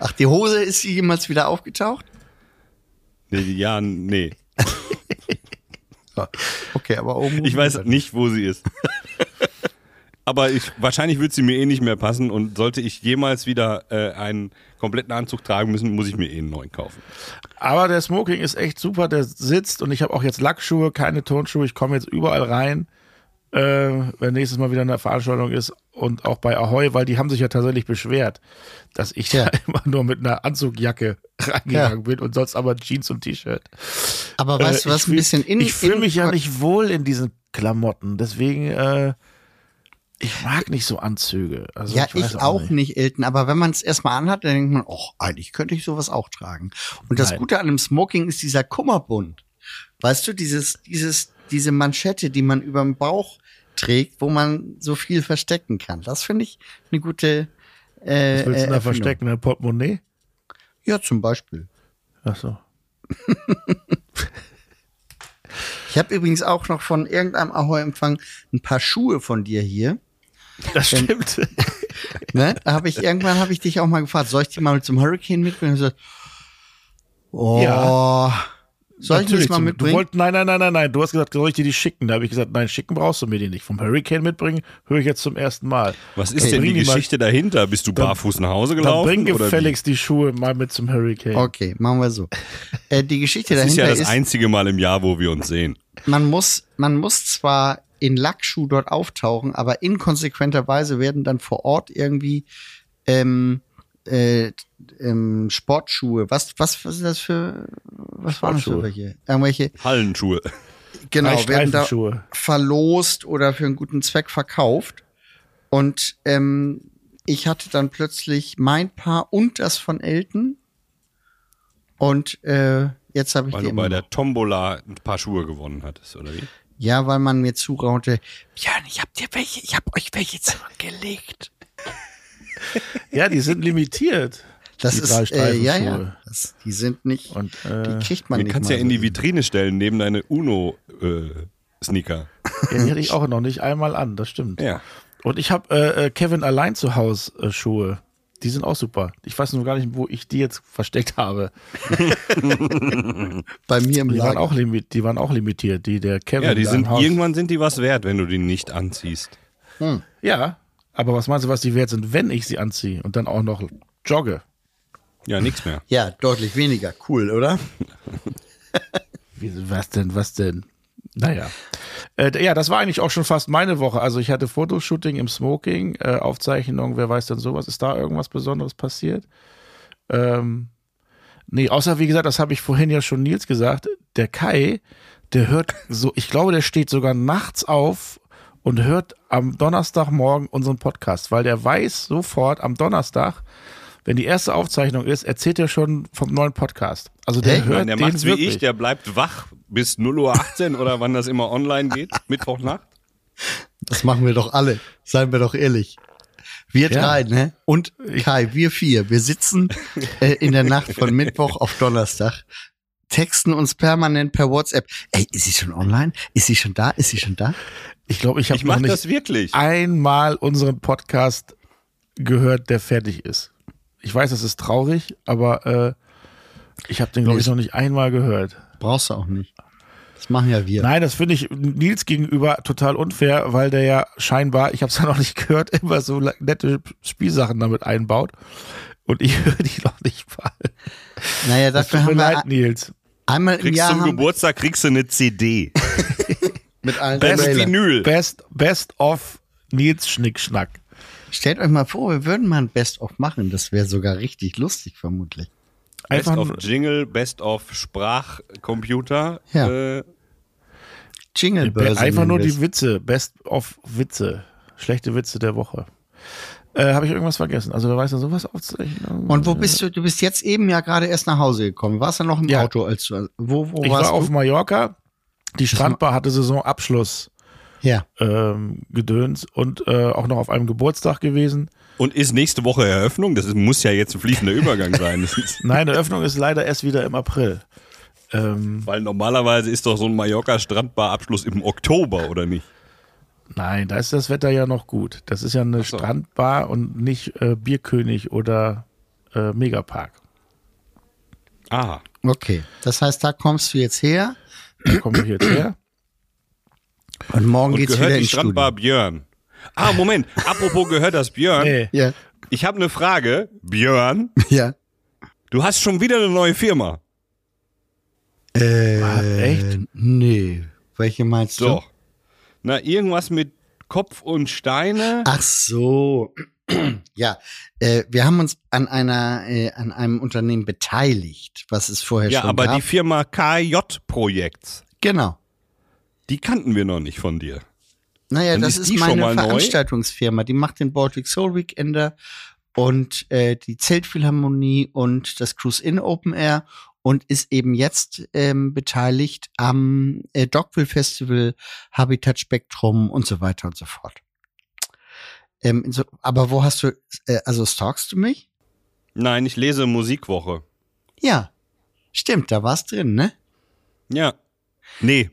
Speaker 3: Ach, die Hose, ist sie jemals wieder aufgetaucht?
Speaker 1: Nee, ja, nee.
Speaker 3: Okay, aber obenrum.
Speaker 1: Ich weiß nicht, wo sie ist. Aber ich, wahrscheinlich wird sie mir eh nicht mehr passen und sollte ich jemals wieder äh, einen kompletten Anzug tragen müssen, muss ich mir eh einen neuen kaufen.
Speaker 2: Aber der Smoking ist echt super, der sitzt und ich habe auch jetzt Lackschuhe, keine Turnschuhe, ich komme jetzt überall rein, äh, wenn nächstes Mal wieder eine Veranstaltung ist und auch bei Ahoy, weil die haben sich ja tatsächlich beschwert, dass ich
Speaker 3: Ja.
Speaker 2: da immer nur mit einer Anzugjacke reingegangen bin und sonst aber Jeans und T-Shirt.
Speaker 3: Aber weißt du
Speaker 2: Äh,
Speaker 3: was,
Speaker 2: ich
Speaker 3: ein
Speaker 2: fühl-
Speaker 3: bisschen in,
Speaker 2: Ich fühle
Speaker 3: in-
Speaker 2: mich ja nicht wohl in diesen Klamotten. Deswegen, äh, ich mag nicht so Anzüge. Also,
Speaker 3: ja,
Speaker 2: weiß
Speaker 3: ich auch nicht. Elton, aber wenn man es erstmal anhat, dann denkt man, oh, eigentlich könnte ich sowas auch tragen. Und das
Speaker 2: Nein.
Speaker 3: Gute an dem Smoking ist dieser Kummerbund. Weißt du, dieses, dieses, diese Manschette, die man über dem Bauch trägt, wo man so viel verstecken kann. Das finde ich eine gute.
Speaker 2: Was
Speaker 3: Äh,
Speaker 2: willst du
Speaker 3: äh,
Speaker 2: denn da
Speaker 3: Erfindung.
Speaker 2: verstecken? Ein Portemonnaie?
Speaker 3: Ja, zum Beispiel.
Speaker 2: Ach so.
Speaker 3: Ich habe übrigens auch noch von irgendeinem Ahoi-Empfang ein paar Schuhe von dir hier.
Speaker 2: Das stimmt.
Speaker 3: Ne? Da hab ich, irgendwann habe ich dich auch mal gefragt, soll ich die mal zum Hurricane mitbringen? Und du gesagt, oh, soll ich das mal
Speaker 2: zum- Du
Speaker 3: mitbringen?
Speaker 2: wollt, nein, nein, nein, nein, nein. Du hast gesagt, soll ich dir die schicken? Da habe ich gesagt, nein, schicken brauchst du mir die nicht. Vom Hurricane mitbringen, höre ich jetzt zum ersten Mal.
Speaker 1: Was ist
Speaker 2: Ey,
Speaker 1: denn
Speaker 2: bring
Speaker 1: die
Speaker 2: mal-
Speaker 1: Geschichte dahinter? Bist du barfuß nach Hause
Speaker 2: Dann
Speaker 1: gelaufen?
Speaker 2: bring
Speaker 1: oder wie?
Speaker 2: gefälligst die Schuhe mal mit zum Hurricane.
Speaker 3: Okay, machen wir so. Äh, die Geschichte
Speaker 1: Das ist ja
Speaker 3: dahinter
Speaker 1: das
Speaker 3: ist,
Speaker 1: einzige Mal im Jahr, wo wir uns sehen.
Speaker 3: man muss, man muss zwar in Lackschuh dort auftauchen, aber inkonsequenterweise werden dann vor Ort irgendwie ähm, äh, ähm, Sportschuhe. Was, was, was sind das für, was waren das für
Speaker 2: Sportschuhe.
Speaker 3: welche? Irgendwelche,
Speaker 1: Hallenschuhe.
Speaker 3: genau,
Speaker 2: Drei
Speaker 3: werden da
Speaker 2: Streifenschuhe.
Speaker 3: verlost oder für einen guten Zweck verkauft. Und ähm, ich hatte dann plötzlich mein Paar und das von Elton. Und äh, jetzt habe ich
Speaker 1: Weil
Speaker 3: die
Speaker 1: du bei
Speaker 3: immer
Speaker 1: der Tombola ein paar Schuhe gewonnen hattest, oder wie?
Speaker 3: Ja, weil man mir zuraunte, Björn, ich hab dir welche, ich hab euch welche zurückgelegt.
Speaker 2: Ja, die sind limitiert.
Speaker 3: Das
Speaker 2: die drei
Speaker 3: ist, äh, ja, ja.
Speaker 2: Streifenschuhe.
Speaker 3: Das, die sind nicht,
Speaker 2: Und
Speaker 3: die
Speaker 2: äh,
Speaker 3: kriegt man
Speaker 1: Man
Speaker 3: nicht.
Speaker 1: kannst
Speaker 3: mal
Speaker 1: ja in
Speaker 3: so
Speaker 1: die Vitrine stellen, neben deine äh, Uno-Sneaker.
Speaker 2: ja, die hatte ich auch noch nicht einmal an, das stimmt.
Speaker 1: ja.
Speaker 2: Und ich habe äh, äh, Kevin allein zu Haus äh, Schuhe. Die sind auch super. Ich weiß nur gar nicht, wo ich die jetzt versteckt habe.
Speaker 3: Bei mir im
Speaker 2: Die waren
Speaker 3: Lager.
Speaker 2: auch, limi die waren auch limitiert, die der Kevin.
Speaker 1: ja, die
Speaker 2: da
Speaker 1: sind
Speaker 2: im Haus.
Speaker 1: irgendwann sind die was wert, wenn du die nicht anziehst.
Speaker 2: Ja, aber was meinst du, was die wert sind, wenn ich sie anziehe und dann auch noch jogge?
Speaker 1: Ja, nichts mehr.
Speaker 3: Ja, deutlich weniger. Cool, oder?
Speaker 2: Wie, was denn, was denn? Naja. Äh, d- ja, das war eigentlich auch schon fast meine Woche. Also ich hatte Fotoshooting im Smoking, äh, Aufzeichnung, wer weiß denn sowas. Ist da irgendwas Besonderes passiert? Ähm, nee, außer wie gesagt, das habe ich vorhin ja schon Nils gesagt, der Kai, der hört so, ich glaube, der steht sogar nachts auf und hört am Donnerstagmorgen unseren Podcast, weil der weiß sofort am Donnerstag, wenn die erste Aufzeichnung ist, erzählt er schon vom neuen Podcast. Also der
Speaker 3: Echt?
Speaker 2: hört
Speaker 1: Nein, der
Speaker 2: den
Speaker 1: macht's wie
Speaker 2: wirklich.
Speaker 1: ich, der bleibt wach bis 0.18 Uhr oder wann das immer online geht, Mittwochnacht.
Speaker 3: Das machen wir doch alle. Seien wir doch ehrlich. Wir
Speaker 2: Ja.
Speaker 3: drei, ne? Und Kai, wir vier. Wir sitzen äh, in der Nacht von Mittwoch auf Donnerstag, texten uns permanent per WhatsApp. Ey, ist sie schon online? Ist sie schon da? Ist sie schon da?
Speaker 2: Ich glaube, ich habe
Speaker 1: Ich mach
Speaker 2: noch
Speaker 1: das
Speaker 2: nicht
Speaker 1: wirklich.
Speaker 2: einmal unseren Podcast gehört, der fertig ist. Ich weiß, das ist traurig, aber äh, ich habe den, glaube ich, noch nicht einmal gehört.
Speaker 3: Brauchst du auch nicht. Das machen ja wir.
Speaker 2: Nein, das finde ich Nils gegenüber total unfair, weil der ja scheinbar, ich habe es ja noch nicht gehört, immer so la- nette Spielsachen damit einbaut. Und ich höre die noch nicht mal.
Speaker 3: Naja,
Speaker 2: Das
Speaker 3: dafür
Speaker 2: tut mir
Speaker 3: haben wir
Speaker 2: leid,
Speaker 3: ein-
Speaker 2: Nils.
Speaker 3: einmal im
Speaker 1: Kriegst
Speaker 3: Jahr
Speaker 1: zum
Speaker 3: haben
Speaker 1: Geburtstag kriegst du eine CD.
Speaker 3: mit allen
Speaker 1: Best
Speaker 3: Trailern.
Speaker 1: Vinyl.
Speaker 2: Best, best of Nils Schnickschnack.
Speaker 3: Stellt euch mal vor, wir würden mal ein Best-of machen. Das wäre sogar richtig lustig, vermutlich.
Speaker 1: Best
Speaker 2: Einfach
Speaker 1: of
Speaker 2: nur-
Speaker 1: Jingle, Best of Sprachcomputer.
Speaker 3: Ja.
Speaker 1: Äh,
Speaker 3: Jingle
Speaker 2: Be-
Speaker 3: Börse.
Speaker 2: Einfach
Speaker 3: nennen
Speaker 2: nur
Speaker 3: wir's.
Speaker 2: die Witze. Best of Witze. Schlechte Witze der Woche. Äh, Habe ich irgendwas vergessen? Also da weiß er sowas aufzeichnen.
Speaker 3: Und
Speaker 1: Äh,
Speaker 3: wo bist du? Du bist jetzt eben ja gerade erst nach Hause gekommen. Warst du noch im
Speaker 2: Ja.
Speaker 3: Auto? Als du, wo wo
Speaker 2: ich
Speaker 3: warst
Speaker 2: war auf
Speaker 3: du?
Speaker 2: Mallorca. Die Strandbar hatte Saisonabschluss
Speaker 3: Ja.
Speaker 2: ähm, gedöns und äh, auch noch auf einem Geburtstag gewesen.
Speaker 1: und ist nächste Woche Eröffnung? Das ist, muss ja jetzt ein fließender Übergang sein. Das ist,
Speaker 2: Nein, Eröffnung ist leider erst wieder im April. Ähm,
Speaker 1: weil normalerweise ist doch so ein Mallorca-Strandbar-Abschluss im Oktober, oder nicht?
Speaker 2: nein, da ist das Wetter ja noch gut. Das ist ja eine
Speaker 1: so.
Speaker 2: Strandbar und nicht äh, Bierkönig oder äh, Megapark.
Speaker 1: Ah,
Speaker 3: Okay. Das heißt, da kommst du jetzt her
Speaker 2: Da komme ich jetzt her.
Speaker 3: und morgen
Speaker 1: und
Speaker 3: geht's
Speaker 1: gehört
Speaker 3: wieder
Speaker 1: die
Speaker 3: ins Studio.
Speaker 1: Strandbar Björn. Ah, Moment. Apropos gehört das Björn.
Speaker 2: Nee.
Speaker 3: Ja.
Speaker 1: Ich habe eine Frage. Björn,
Speaker 3: Ja.
Speaker 1: du hast schon wieder eine neue Firma.
Speaker 3: Äh,
Speaker 2: echt?
Speaker 3: Nee. Welche meinst du?
Speaker 1: Ah, Doch. Na, irgendwas mit Kopf und Steine.
Speaker 3: Ach so. ja. Äh, wir haben uns an einer äh, an einem Unternehmen beteiligt, was es vorher
Speaker 1: ja,
Speaker 3: schon
Speaker 1: aber
Speaker 3: gab.
Speaker 1: die Firma KJ Projekts.
Speaker 3: Genau.
Speaker 1: Die kannten wir noch nicht von dir.
Speaker 3: Naja,
Speaker 1: Dann
Speaker 3: das
Speaker 1: ist
Speaker 3: ist,
Speaker 1: die schon
Speaker 3: meine
Speaker 1: mal neu.
Speaker 3: Veranstaltungsfirma. Die macht den Baltic Soul Weekender und äh, die Zeltphilharmonie und das Cruise Inn Open Air und ist eben jetzt ähm, beteiligt am äh, Dogville Festival, Habitat Spektrum und so weiter und so fort. Ähm, so, aber wo hast du, äh, also stalkst du mich?
Speaker 1: Nein, ich lese Musikwoche.
Speaker 3: Ja, stimmt, da war's drin, ne?
Speaker 1: Ja. Nee.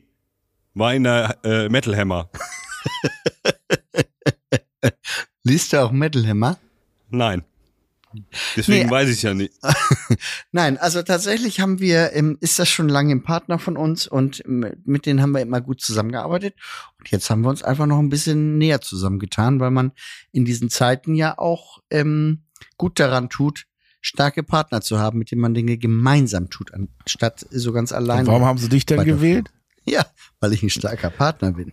Speaker 1: War in der äh, Metal Hammer.
Speaker 3: Liest du auch Metal Hammer?
Speaker 1: Nein. Deswegen
Speaker 3: Nee.
Speaker 1: weiß ich ja nicht.
Speaker 3: Nein, also tatsächlich haben wir, ähm, ist das schon lange ein Partner von uns und ähm, mit denen haben wir immer gut zusammengearbeitet. Und jetzt haben wir uns einfach noch ein bisschen näher zusammengetan, weil man in diesen Zeiten ja auch ähm, gut daran tut, starke Partner zu haben, mit denen man Dinge gemeinsam tut, anstatt so ganz alleine.
Speaker 2: Und warum haben sie dich denn
Speaker 3: Weiter.
Speaker 2: gewählt?
Speaker 3: ja, weil ich ein starker Partner bin.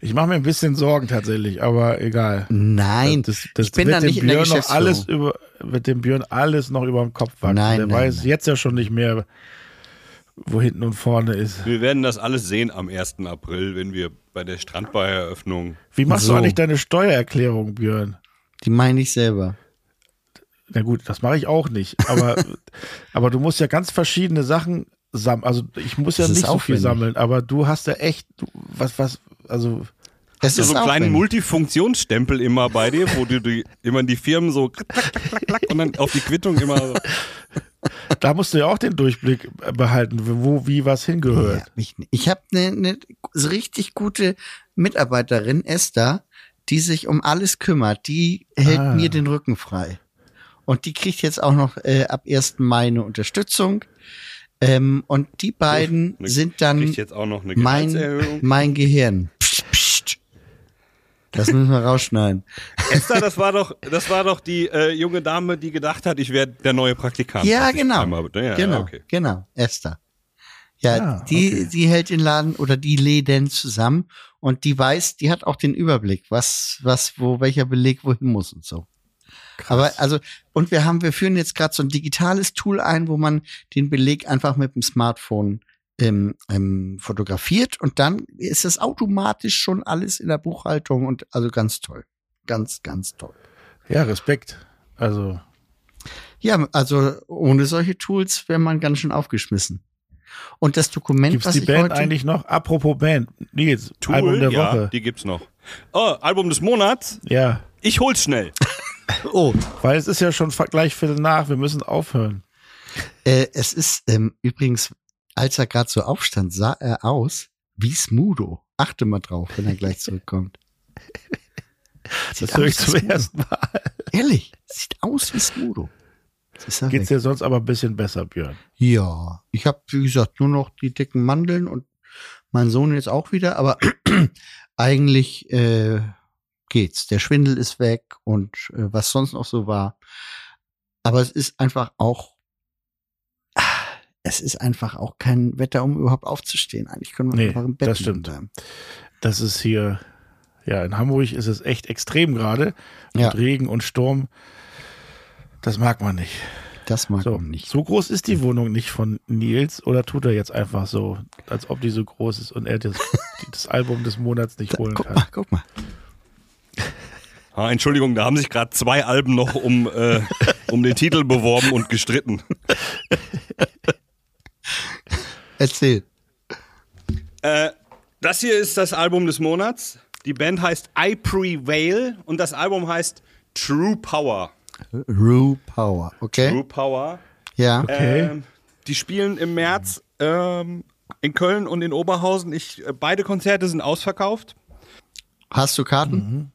Speaker 2: Ich mache mir ein bisschen Sorgen tatsächlich, aber egal.
Speaker 3: Nein,
Speaker 2: das, das
Speaker 3: ich bin
Speaker 2: wird
Speaker 3: da
Speaker 2: dem
Speaker 3: nicht in der
Speaker 2: Björn noch
Speaker 3: Geschäftsführung.
Speaker 2: alles über, wird dem Björn alles noch über dem Kopf wachsen.
Speaker 3: Nein,
Speaker 2: der
Speaker 3: nein,
Speaker 2: weiß
Speaker 3: nein.
Speaker 2: jetzt ja schon nicht mehr, wo hinten und vorne ist.
Speaker 1: Wir werden das alles sehen am 1. April, wenn wir bei der Strandbareröffnung.
Speaker 2: Wie machst
Speaker 3: So.
Speaker 2: du eigentlich deine Steuererklärung, Björn?
Speaker 3: die meine ich selber.
Speaker 2: Na gut, das mache ich auch nicht. Aber, aber du musst ja ganz verschiedene Sachen sammeln. Also ich muss ja
Speaker 3: Das ist
Speaker 2: nicht so viel
Speaker 3: aufwendig.
Speaker 2: sammeln, aber du hast ja echt, du, was, was, also
Speaker 3: Das
Speaker 1: So einen kleinen
Speaker 3: aufwendig.
Speaker 1: Multifunktionsstempel immer bei dir, wo du die, immer die Firmen so klack, klack, klack, klack, klack, und dann auf die Quittung immer so.
Speaker 2: da musst du ja auch den Durchblick behalten, wo, wie, was hingehört.
Speaker 3: Ja, mich, nicht. ich habe eine ne, so richtig gute Mitarbeiterin, Esther, die sich um alles kümmert. Die hält
Speaker 2: Ah.
Speaker 3: mir den Rücken frei. Und die kriegt jetzt auch noch äh, ab 1. Mai eine Unterstützung. Ähm, und die beiden
Speaker 1: Ne,
Speaker 3: sind dann
Speaker 1: Kriegt jetzt auch noch eine
Speaker 3: mein,
Speaker 1: Gehaltserhöhung.
Speaker 3: mein Gehirn. Psst, psst. Das müssen wir rausschneiden.
Speaker 1: Esther, das war doch, das war doch die äh, junge Dame, die gedacht hat, ich werde der neue Praktikant.
Speaker 3: Ja,
Speaker 1: Hat sich
Speaker 3: genau.
Speaker 1: einmal- ne? ja, ja,
Speaker 3: genau,
Speaker 1: okay.
Speaker 3: genau, Esther. Ja,
Speaker 2: Ah,
Speaker 3: die,
Speaker 2: okay.
Speaker 3: die hält den Laden oder die Läden zusammen und die weiß, die hat auch den Überblick, was, was, wo, welcher Beleg wohin muss und so. Aber also, und wir haben, wir führen jetzt gerade so ein digitales Tool ein, wo man den Beleg einfach mit dem Smartphone ähm, ähm, fotografiert und dann ist das automatisch schon alles in der Buchhaltung und also ganz toll. Ganz, ganz toll.
Speaker 2: Ja, Respekt. Also
Speaker 3: Ja, also ohne solche Tools wäre man ganz schön aufgeschmissen. Und das Dokument,
Speaker 2: gibt's
Speaker 3: was
Speaker 2: die
Speaker 3: ich
Speaker 2: Band
Speaker 3: heute
Speaker 2: eigentlich noch? Apropos Band, Nils,
Speaker 1: Tool,
Speaker 2: Album der
Speaker 1: ja,
Speaker 2: Woche.
Speaker 1: die gibt's noch. Oh, Album des Monats.
Speaker 2: Ja,
Speaker 1: Ich hol's schnell.
Speaker 3: oh,
Speaker 2: weil es ist ja schon fa- gleich Viertel nach, wir müssen aufhören.
Speaker 3: äh, es ist ähm, übrigens, als er gerade so aufstand, sah er aus wie Smudo. Achte mal drauf, wenn er gleich zurückkommt. Sieht
Speaker 2: Das höre ich
Speaker 3: aus wie
Speaker 2: zum
Speaker 3: Smudo.
Speaker 2: ersten Mal.
Speaker 3: Ehrlich, sieht aus wie Smudo. Jetzt Ist er
Speaker 2: Geht's
Speaker 3: weg.
Speaker 2: dir sonst aber ein bisschen besser, Björn.
Speaker 3: Ja, ich habe wie gesagt nur noch die dicken Mandeln und mein Sohn jetzt auch wieder, aber eigentlich äh, geht's. Der Schwindel ist weg und äh, was sonst noch so war. Aber es ist einfach auch, ah, es ist einfach auch kein Wetter, um überhaupt aufzustehen. Eigentlich können wir
Speaker 2: Nee,
Speaker 3: einfach im Bett
Speaker 2: das stimmt.
Speaker 3: bleiben.
Speaker 2: Das ist hier, ja, in Hamburg ist es echt extrem gerade.
Speaker 3: Ja.
Speaker 2: Mit Regen und Sturm. Das mag man nicht.
Speaker 3: Das mag
Speaker 2: So.
Speaker 3: man nicht.
Speaker 2: so groß ist die Wohnung nicht von Nils oder tut er jetzt einfach so, als ob die so groß ist und er das, das Album des Monats nicht holen
Speaker 3: Guck
Speaker 2: kann?
Speaker 3: mal, guck mal.
Speaker 1: Ah, Entschuldigung, da haben sich gerade zwei Alben noch um, äh, um den Titel beworben und gestritten.
Speaker 3: Erzähl.
Speaker 1: Äh, das hier ist das Album des Monats. Die Band heißt I Prevail und das Album heißt True Power.
Speaker 3: Rue Power, okay?
Speaker 1: True Power.
Speaker 3: Ja.
Speaker 2: Okay.
Speaker 1: Ähm, die spielen im März ähm, in Köln und in Oberhausen. Ich, äh, beide Konzerte sind ausverkauft.
Speaker 3: Hast du
Speaker 2: Äh,
Speaker 3: Karten?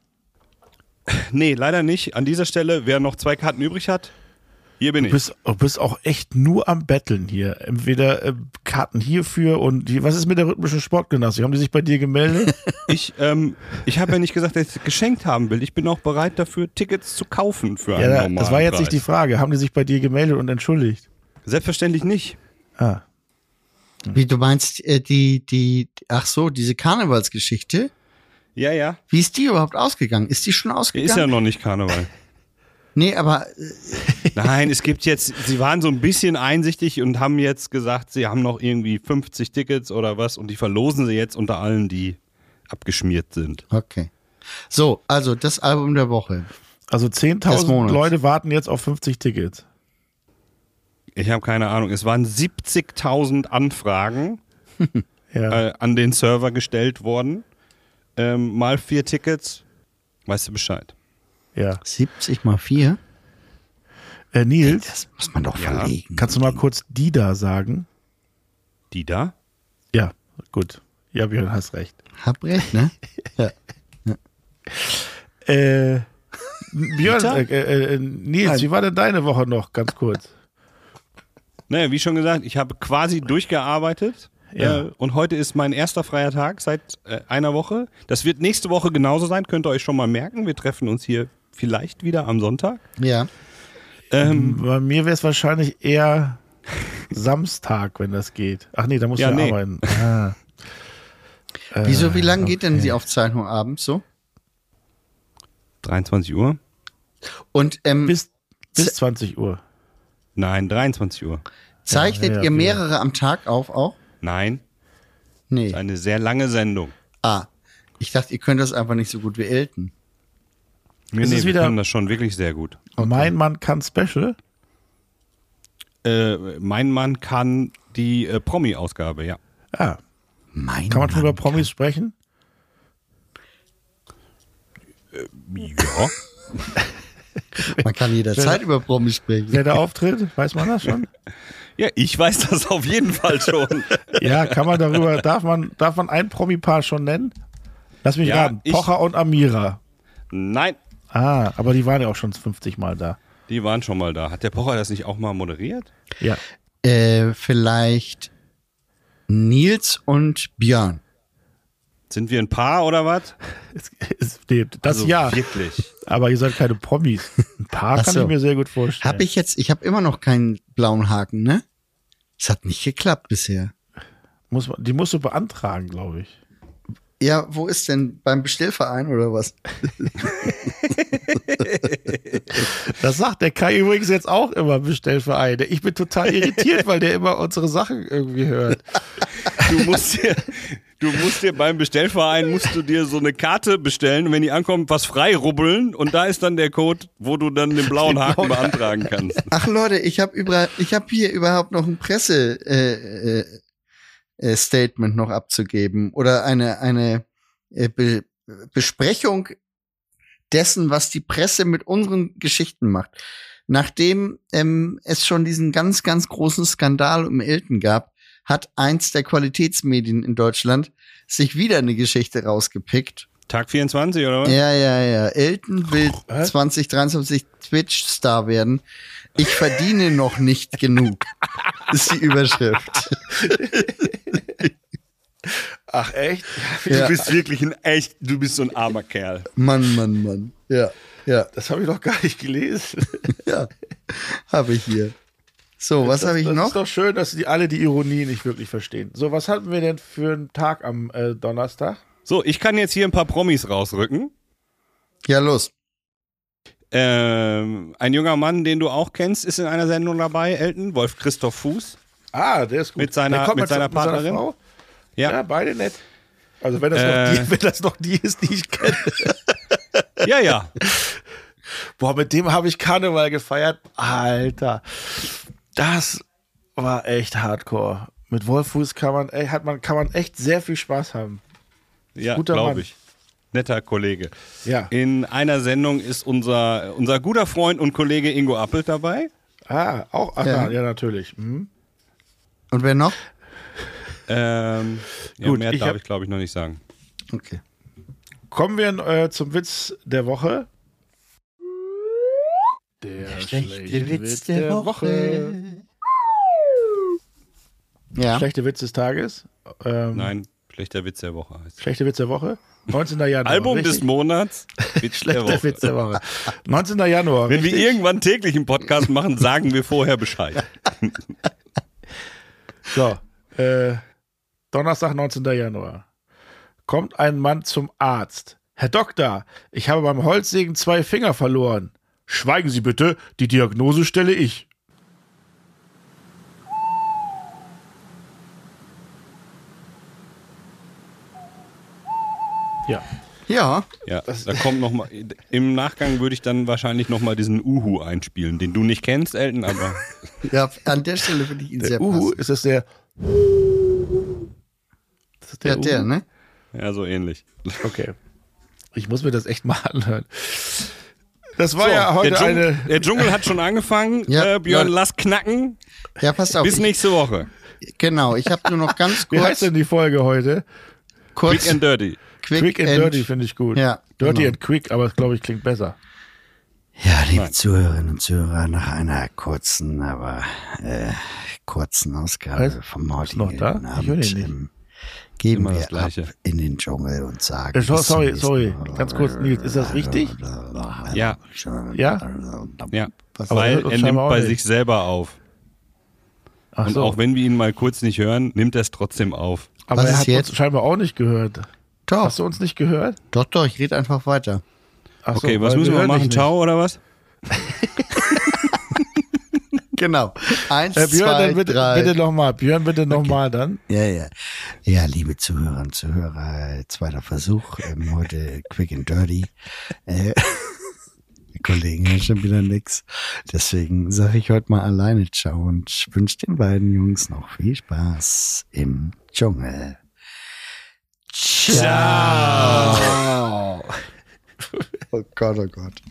Speaker 1: Nee, leider nicht. An dieser Stelle, wer noch zwei Karten übrig hat, hier bin
Speaker 2: Du
Speaker 1: ich.
Speaker 2: bist, du bist auch echt nur am Betteln hier. Entweder äh, Karten hierfür und die, was ist mit der rhythmischen Sportgymnastik? Haben die sich bei dir gemeldet?
Speaker 1: Ich, ähm, ich habe ja nicht gesagt, dass ich es geschenkt haben will. Ich bin auch bereit dafür, Tickets zu kaufen für einen
Speaker 2: ja, da,
Speaker 1: normalen
Speaker 2: das war jetzt
Speaker 1: Preis.
Speaker 2: nicht die Frage. Haben die sich bei dir gemeldet und entschuldigt?
Speaker 1: Selbstverständlich nicht.
Speaker 2: Ah. Hm.
Speaker 3: Wie du meinst, äh, die, die, ach so, diese Karnevalsgeschichte?
Speaker 1: Ja, ja.
Speaker 3: Wie ist die überhaupt ausgegangen? Ist die schon
Speaker 1: Ist ja
Speaker 3: ausgegangen?
Speaker 1: noch nicht Karneval.
Speaker 3: Nee, aber äh,
Speaker 1: Nein, es gibt jetzt, sie waren so ein bisschen einsichtig und haben jetzt gesagt, sie haben noch irgendwie 50 Tickets oder was und die verlosen sie jetzt unter allen, die abgeschmiert sind.
Speaker 3: Okay. So, also das Album der Woche.
Speaker 2: Also
Speaker 3: Des
Speaker 2: 10.000
Speaker 3: Monats.
Speaker 2: Leute warten jetzt auf 50 Tickets.
Speaker 1: Ich habe keine Ahnung, es waren 70.000 Anfragen
Speaker 2: Ja.
Speaker 1: äh, an den Server gestellt worden. Ähm, mal vier Tickets, weißt du Bescheid.
Speaker 2: ja.
Speaker 3: 70 mal 4.
Speaker 2: Äh, Nils,
Speaker 3: Das muss man doch
Speaker 1: Ja.
Speaker 3: verlegen.
Speaker 2: kannst du mal kurz die da sagen?
Speaker 1: Die da?
Speaker 2: Ja, gut. Ja, Björn, hast recht.
Speaker 3: Hab recht, ne?
Speaker 2: Äh, Björn,
Speaker 1: Dieter?
Speaker 2: äh, äh, äh, Nils, wie war denn deine Woche noch? Ganz kurz.
Speaker 1: Naja, wie schon gesagt, ich habe quasi durchgearbeitet.
Speaker 2: Ja.
Speaker 1: Äh, und heute ist mein erster freier Tag seit äh, einer Woche. Das wird nächste Woche genauso sein, könnt ihr euch schon mal merken. Wir treffen uns hier vielleicht wieder am Sonntag.
Speaker 3: Ja.
Speaker 1: Ähm,
Speaker 2: Bei mir wäre es wahrscheinlich eher Samstag, wenn das geht. Ach nee, da musst
Speaker 1: Ja,
Speaker 2: du ja
Speaker 1: nee.
Speaker 2: arbeiten. Ah. Äh,
Speaker 3: Wieso, wie lange geht denn die Aufzeichnung abends so?
Speaker 1: 23 Uhr?
Speaker 3: Und ähm,
Speaker 2: Bis, bis 20 Uhr.
Speaker 1: Nein, 23 Uhr.
Speaker 3: zeichnet
Speaker 2: Ja, ja,
Speaker 3: ihr
Speaker 2: ja.
Speaker 3: mehrere am Tag auf auch?
Speaker 1: Nein,
Speaker 3: Nee.
Speaker 1: eine sehr lange Sendung.
Speaker 3: Ah. Ich dachte, ihr könnt das einfach nicht so gut wie Elton.
Speaker 1: Nee,
Speaker 2: Ist
Speaker 1: nee,
Speaker 2: es
Speaker 1: wir
Speaker 2: wieder-
Speaker 1: können das schon wirklich sehr gut.
Speaker 2: Mein Mann kann Special.
Speaker 1: Äh, mein Mann kann die äh, Promi-Ausgabe, ja.
Speaker 2: Ja.
Speaker 3: Mein
Speaker 2: Kann man schon
Speaker 3: Mann.
Speaker 2: über Promis sprechen?
Speaker 1: Ja.
Speaker 3: Man kann jederzeit über Promis sprechen.
Speaker 2: Wer da auftritt, weiß man das schon?
Speaker 1: ja, ich weiß das auf jeden Fall schon.
Speaker 2: Ja, kann man darüber, darf man, darf man ein Promi-Paar schon nennen? Lass mich
Speaker 1: Ja,
Speaker 2: raten.
Speaker 1: ich-
Speaker 2: Pocher und Amira.
Speaker 1: Nein,
Speaker 2: Ah, aber die waren ja auch schon 50 Mal da.
Speaker 1: die waren schon mal da. Hat der Pocher das nicht auch mal moderiert?
Speaker 2: Ja.
Speaker 3: Äh, vielleicht Nils und Björn.
Speaker 1: Sind wir ein Paar oder was?
Speaker 2: Es, es, nee, das
Speaker 1: Also
Speaker 2: ja.
Speaker 1: Wirklich.
Speaker 2: Aber ihr seid keine Promis. Ein paar
Speaker 3: Ach
Speaker 2: kann
Speaker 3: so.
Speaker 2: ich mir sehr gut vorstellen.
Speaker 3: Hab ich jetzt, ich habe immer noch keinen blauen Haken, ne? Es hat nicht geklappt bisher.
Speaker 2: Muss, man- die musst du beantragen, glaube ich.
Speaker 3: Ja, wo ist denn? Beim Bestellverein oder was?
Speaker 2: Das sagt der Kai übrigens jetzt auch immer im Bestellverein. Ich bin total irritiert, weil der immer unsere Sachen irgendwie hört.
Speaker 1: Du musst dir, du musst dir beim Bestellverein musst du dir so eine Karte bestellen und wenn die ankommt, was frei rubbeln und da ist dann der Code, wo du dann den blauen Haken beantragen kannst.
Speaker 3: Ach Leute, ich habe über, ich habe hier überhaupt noch ein Presse äh, äh, äh, Statement noch abzugeben oder eine eine äh, Be Besprechung dessen, was die Presse mit unseren Geschichten macht. Nachdem ähm, es schon diesen ganz ganz großen Skandal um Elton gab, hat eins der Qualitätsmedien in Deutschland sich wieder eine Geschichte rausgepickt
Speaker 1: Tag 24 oder was?
Speaker 3: ja, ja, ja. Elton will
Speaker 2: Hä?
Speaker 3: 2023 Twitch-Star werden. Ich verdiene noch nicht genug, ist die Überschrift.
Speaker 2: Ach echt?
Speaker 3: Ja.
Speaker 1: bist wirklich ein echt, du bist so ein armer Kerl.
Speaker 3: Mann, Mann, Mann. Ja, ja,
Speaker 2: Das habe ich noch gar nicht gelesen.
Speaker 3: ja. Habe ich hier. So, was habe ich
Speaker 2: das
Speaker 3: noch?
Speaker 2: ist doch schön, dass die alle die Ironie nicht wirklich verstehen. So, was hatten wir denn für einen Tag am äh, Donnerstag?
Speaker 1: So, ich kann jetzt hier ein paar Promis rausrücken.
Speaker 3: ja, los.
Speaker 1: Ähm, ein junger Mann, den du auch kennst, ist in einer Sendung dabei, Elton, Wolf Christoph Fuß.
Speaker 2: Ah, der ist gut.
Speaker 1: Mit seiner-
Speaker 2: der kommt
Speaker 1: mit
Speaker 2: zu-
Speaker 1: seiner Partnerin?
Speaker 2: Frau?
Speaker 1: Ja.
Speaker 2: Ja. beide nett. Also wenn das,
Speaker 1: Äh.
Speaker 2: noch die, wenn das noch die ist, die ich kenne.
Speaker 1: Ja, ja.
Speaker 2: Boah, mit dem habe ich Karneval gefeiert. Alter, das war echt hardcore. Mit Wolfuß kann man, ey, hat man, kann man echt sehr viel Spaß haben.
Speaker 1: Ja,
Speaker 2: Guter Mann.
Speaker 1: glaube ich. Netter Kollege.
Speaker 2: Ja.
Speaker 1: In einer Sendung ist unser, unser guter Freund und Kollege Ingo Appelt dabei.
Speaker 2: Ah, auch, ach,
Speaker 3: Ja.
Speaker 2: ja. ja, natürlich. Mhm.
Speaker 3: Und wer noch?
Speaker 1: Ähm, ja,
Speaker 2: Gut,
Speaker 1: mehr
Speaker 2: ich
Speaker 1: darf
Speaker 2: hab- Hm.
Speaker 1: ich, glaube ich, noch nicht sagen.
Speaker 3: Okay.
Speaker 2: Kommen wir äh, zum Witz der Woche. Der, schlechte Witz der, Woche.
Speaker 3: Ja.
Speaker 2: Schlechte Witz des Tages. Ähm,
Speaker 1: Nein, schlechter Witz der Woche heißt.
Speaker 2: Schlechte Witz der Woche. 19. Januar.
Speaker 1: Album
Speaker 2: richtig?
Speaker 1: des Monats, Witz der
Speaker 2: Schlechter
Speaker 1: Woche.
Speaker 2: Witz der Woche. 19. Januar.
Speaker 1: Wenn wir irgendwann täglich einen Podcast machen, sagen wir vorher Bescheid.
Speaker 2: So, äh, Donnerstag, 19. Januar. Kommt ein Mann zum Arzt. Herr Doktor, ich habe beim Holzsägen zwei Finger verloren. Schweigen Sie bitte, die Diagnose stelle ich. Ja.
Speaker 3: Ja,
Speaker 1: Ja, da kommt noch mal. Im Nachgang würde ich dann wahrscheinlich noch mal diesen Uhu einspielen, den du nicht kennst, Elton, aber
Speaker 3: ja, an der Stelle finde ich ihn sehr
Speaker 2: Uhu,
Speaker 3: passend.
Speaker 2: ist das der. Ist das
Speaker 3: Ja, der,
Speaker 2: Uhu?
Speaker 3: ne?
Speaker 1: ja, so ähnlich.
Speaker 2: Okay. Ich muss mir das echt mal anhören. Das war
Speaker 1: So,
Speaker 2: ja
Speaker 1: der,
Speaker 2: heute
Speaker 1: Dschungel,
Speaker 2: eine.
Speaker 1: der Dschungel hat schon angefangen.
Speaker 3: Ja,
Speaker 1: äh, Björn,
Speaker 3: Leute.
Speaker 1: lass knacken.
Speaker 3: Ja, passt auf.
Speaker 1: Bis nächste Woche.
Speaker 3: Ich, genau, ich habe nur noch ganz
Speaker 2: Wie heißt
Speaker 3: kurz,
Speaker 2: denn die Folge heute?
Speaker 1: Quick
Speaker 3: kurz
Speaker 1: and dirty.
Speaker 2: Quick, and, Dirty finde ich gut.
Speaker 3: Ja,
Speaker 2: Dirty
Speaker 3: genau.
Speaker 2: and Quick, aber glaube ich klingt besser. Äh,
Speaker 3: Ja, liebe Zuhörerinnen und Zuhörer, nach einer kurzen, aber äh, kurzen Ausgabe
Speaker 2: Was?
Speaker 3: vom
Speaker 2: noch
Speaker 3: heutigen
Speaker 2: da? Ich höre
Speaker 3: Abend
Speaker 2: den nicht.
Speaker 3: ähm, geben
Speaker 1: Immer das
Speaker 3: wir ab
Speaker 1: Gleiche.
Speaker 3: in den Dschungel und sagen.
Speaker 2: Äh, so-
Speaker 3: bis zum
Speaker 2: sorry,
Speaker 3: nächsten
Speaker 2: sorry.
Speaker 3: Mal.
Speaker 2: Ganz kurz, Nils, ist das richtig?
Speaker 1: Ja.
Speaker 2: Ja?
Speaker 1: Ja.
Speaker 3: Was-
Speaker 2: Aber
Speaker 1: Weil
Speaker 2: hört uns
Speaker 1: er nimmt
Speaker 2: scheinbar auch
Speaker 1: bei
Speaker 2: nicht.
Speaker 1: sich selber auf.
Speaker 2: Ach
Speaker 1: Und
Speaker 2: so.
Speaker 1: auch wenn wir ihn mal kurz nicht hören, nimmt er es trotzdem auf.
Speaker 2: aber
Speaker 3: Was
Speaker 2: er
Speaker 3: ist
Speaker 2: hat
Speaker 3: jetzt?
Speaker 2: uns scheinbar auch nicht gehört.
Speaker 3: Doch,
Speaker 2: Hast du uns nicht gehört?
Speaker 3: doch, doch, ich rede einfach weiter.
Speaker 2: Ach so,
Speaker 1: Okay, was
Speaker 2: weil
Speaker 1: müssen wir
Speaker 2: hören dich
Speaker 1: machen?
Speaker 2: nicht.
Speaker 1: Ciao oder was?
Speaker 3: Genau. Eins,
Speaker 2: Äh, Björn,
Speaker 3: zwei,
Speaker 2: dann bitte,
Speaker 3: drei.
Speaker 2: bitte nochmal. Björn, bitte nochmal dann.
Speaker 3: Ja, ja. Ja, liebe Zuhörer und Zuhörer, äh, zweiter Versuch, ähm, heute quick and dirty. Äh, die Kollegen haben schon wieder nix. Deswegen sage ich heute mal alleine Ciao und wünsche den beiden Jungs noch viel Spaß im Dschungel. Ciao! Oh Gott, oh Gott.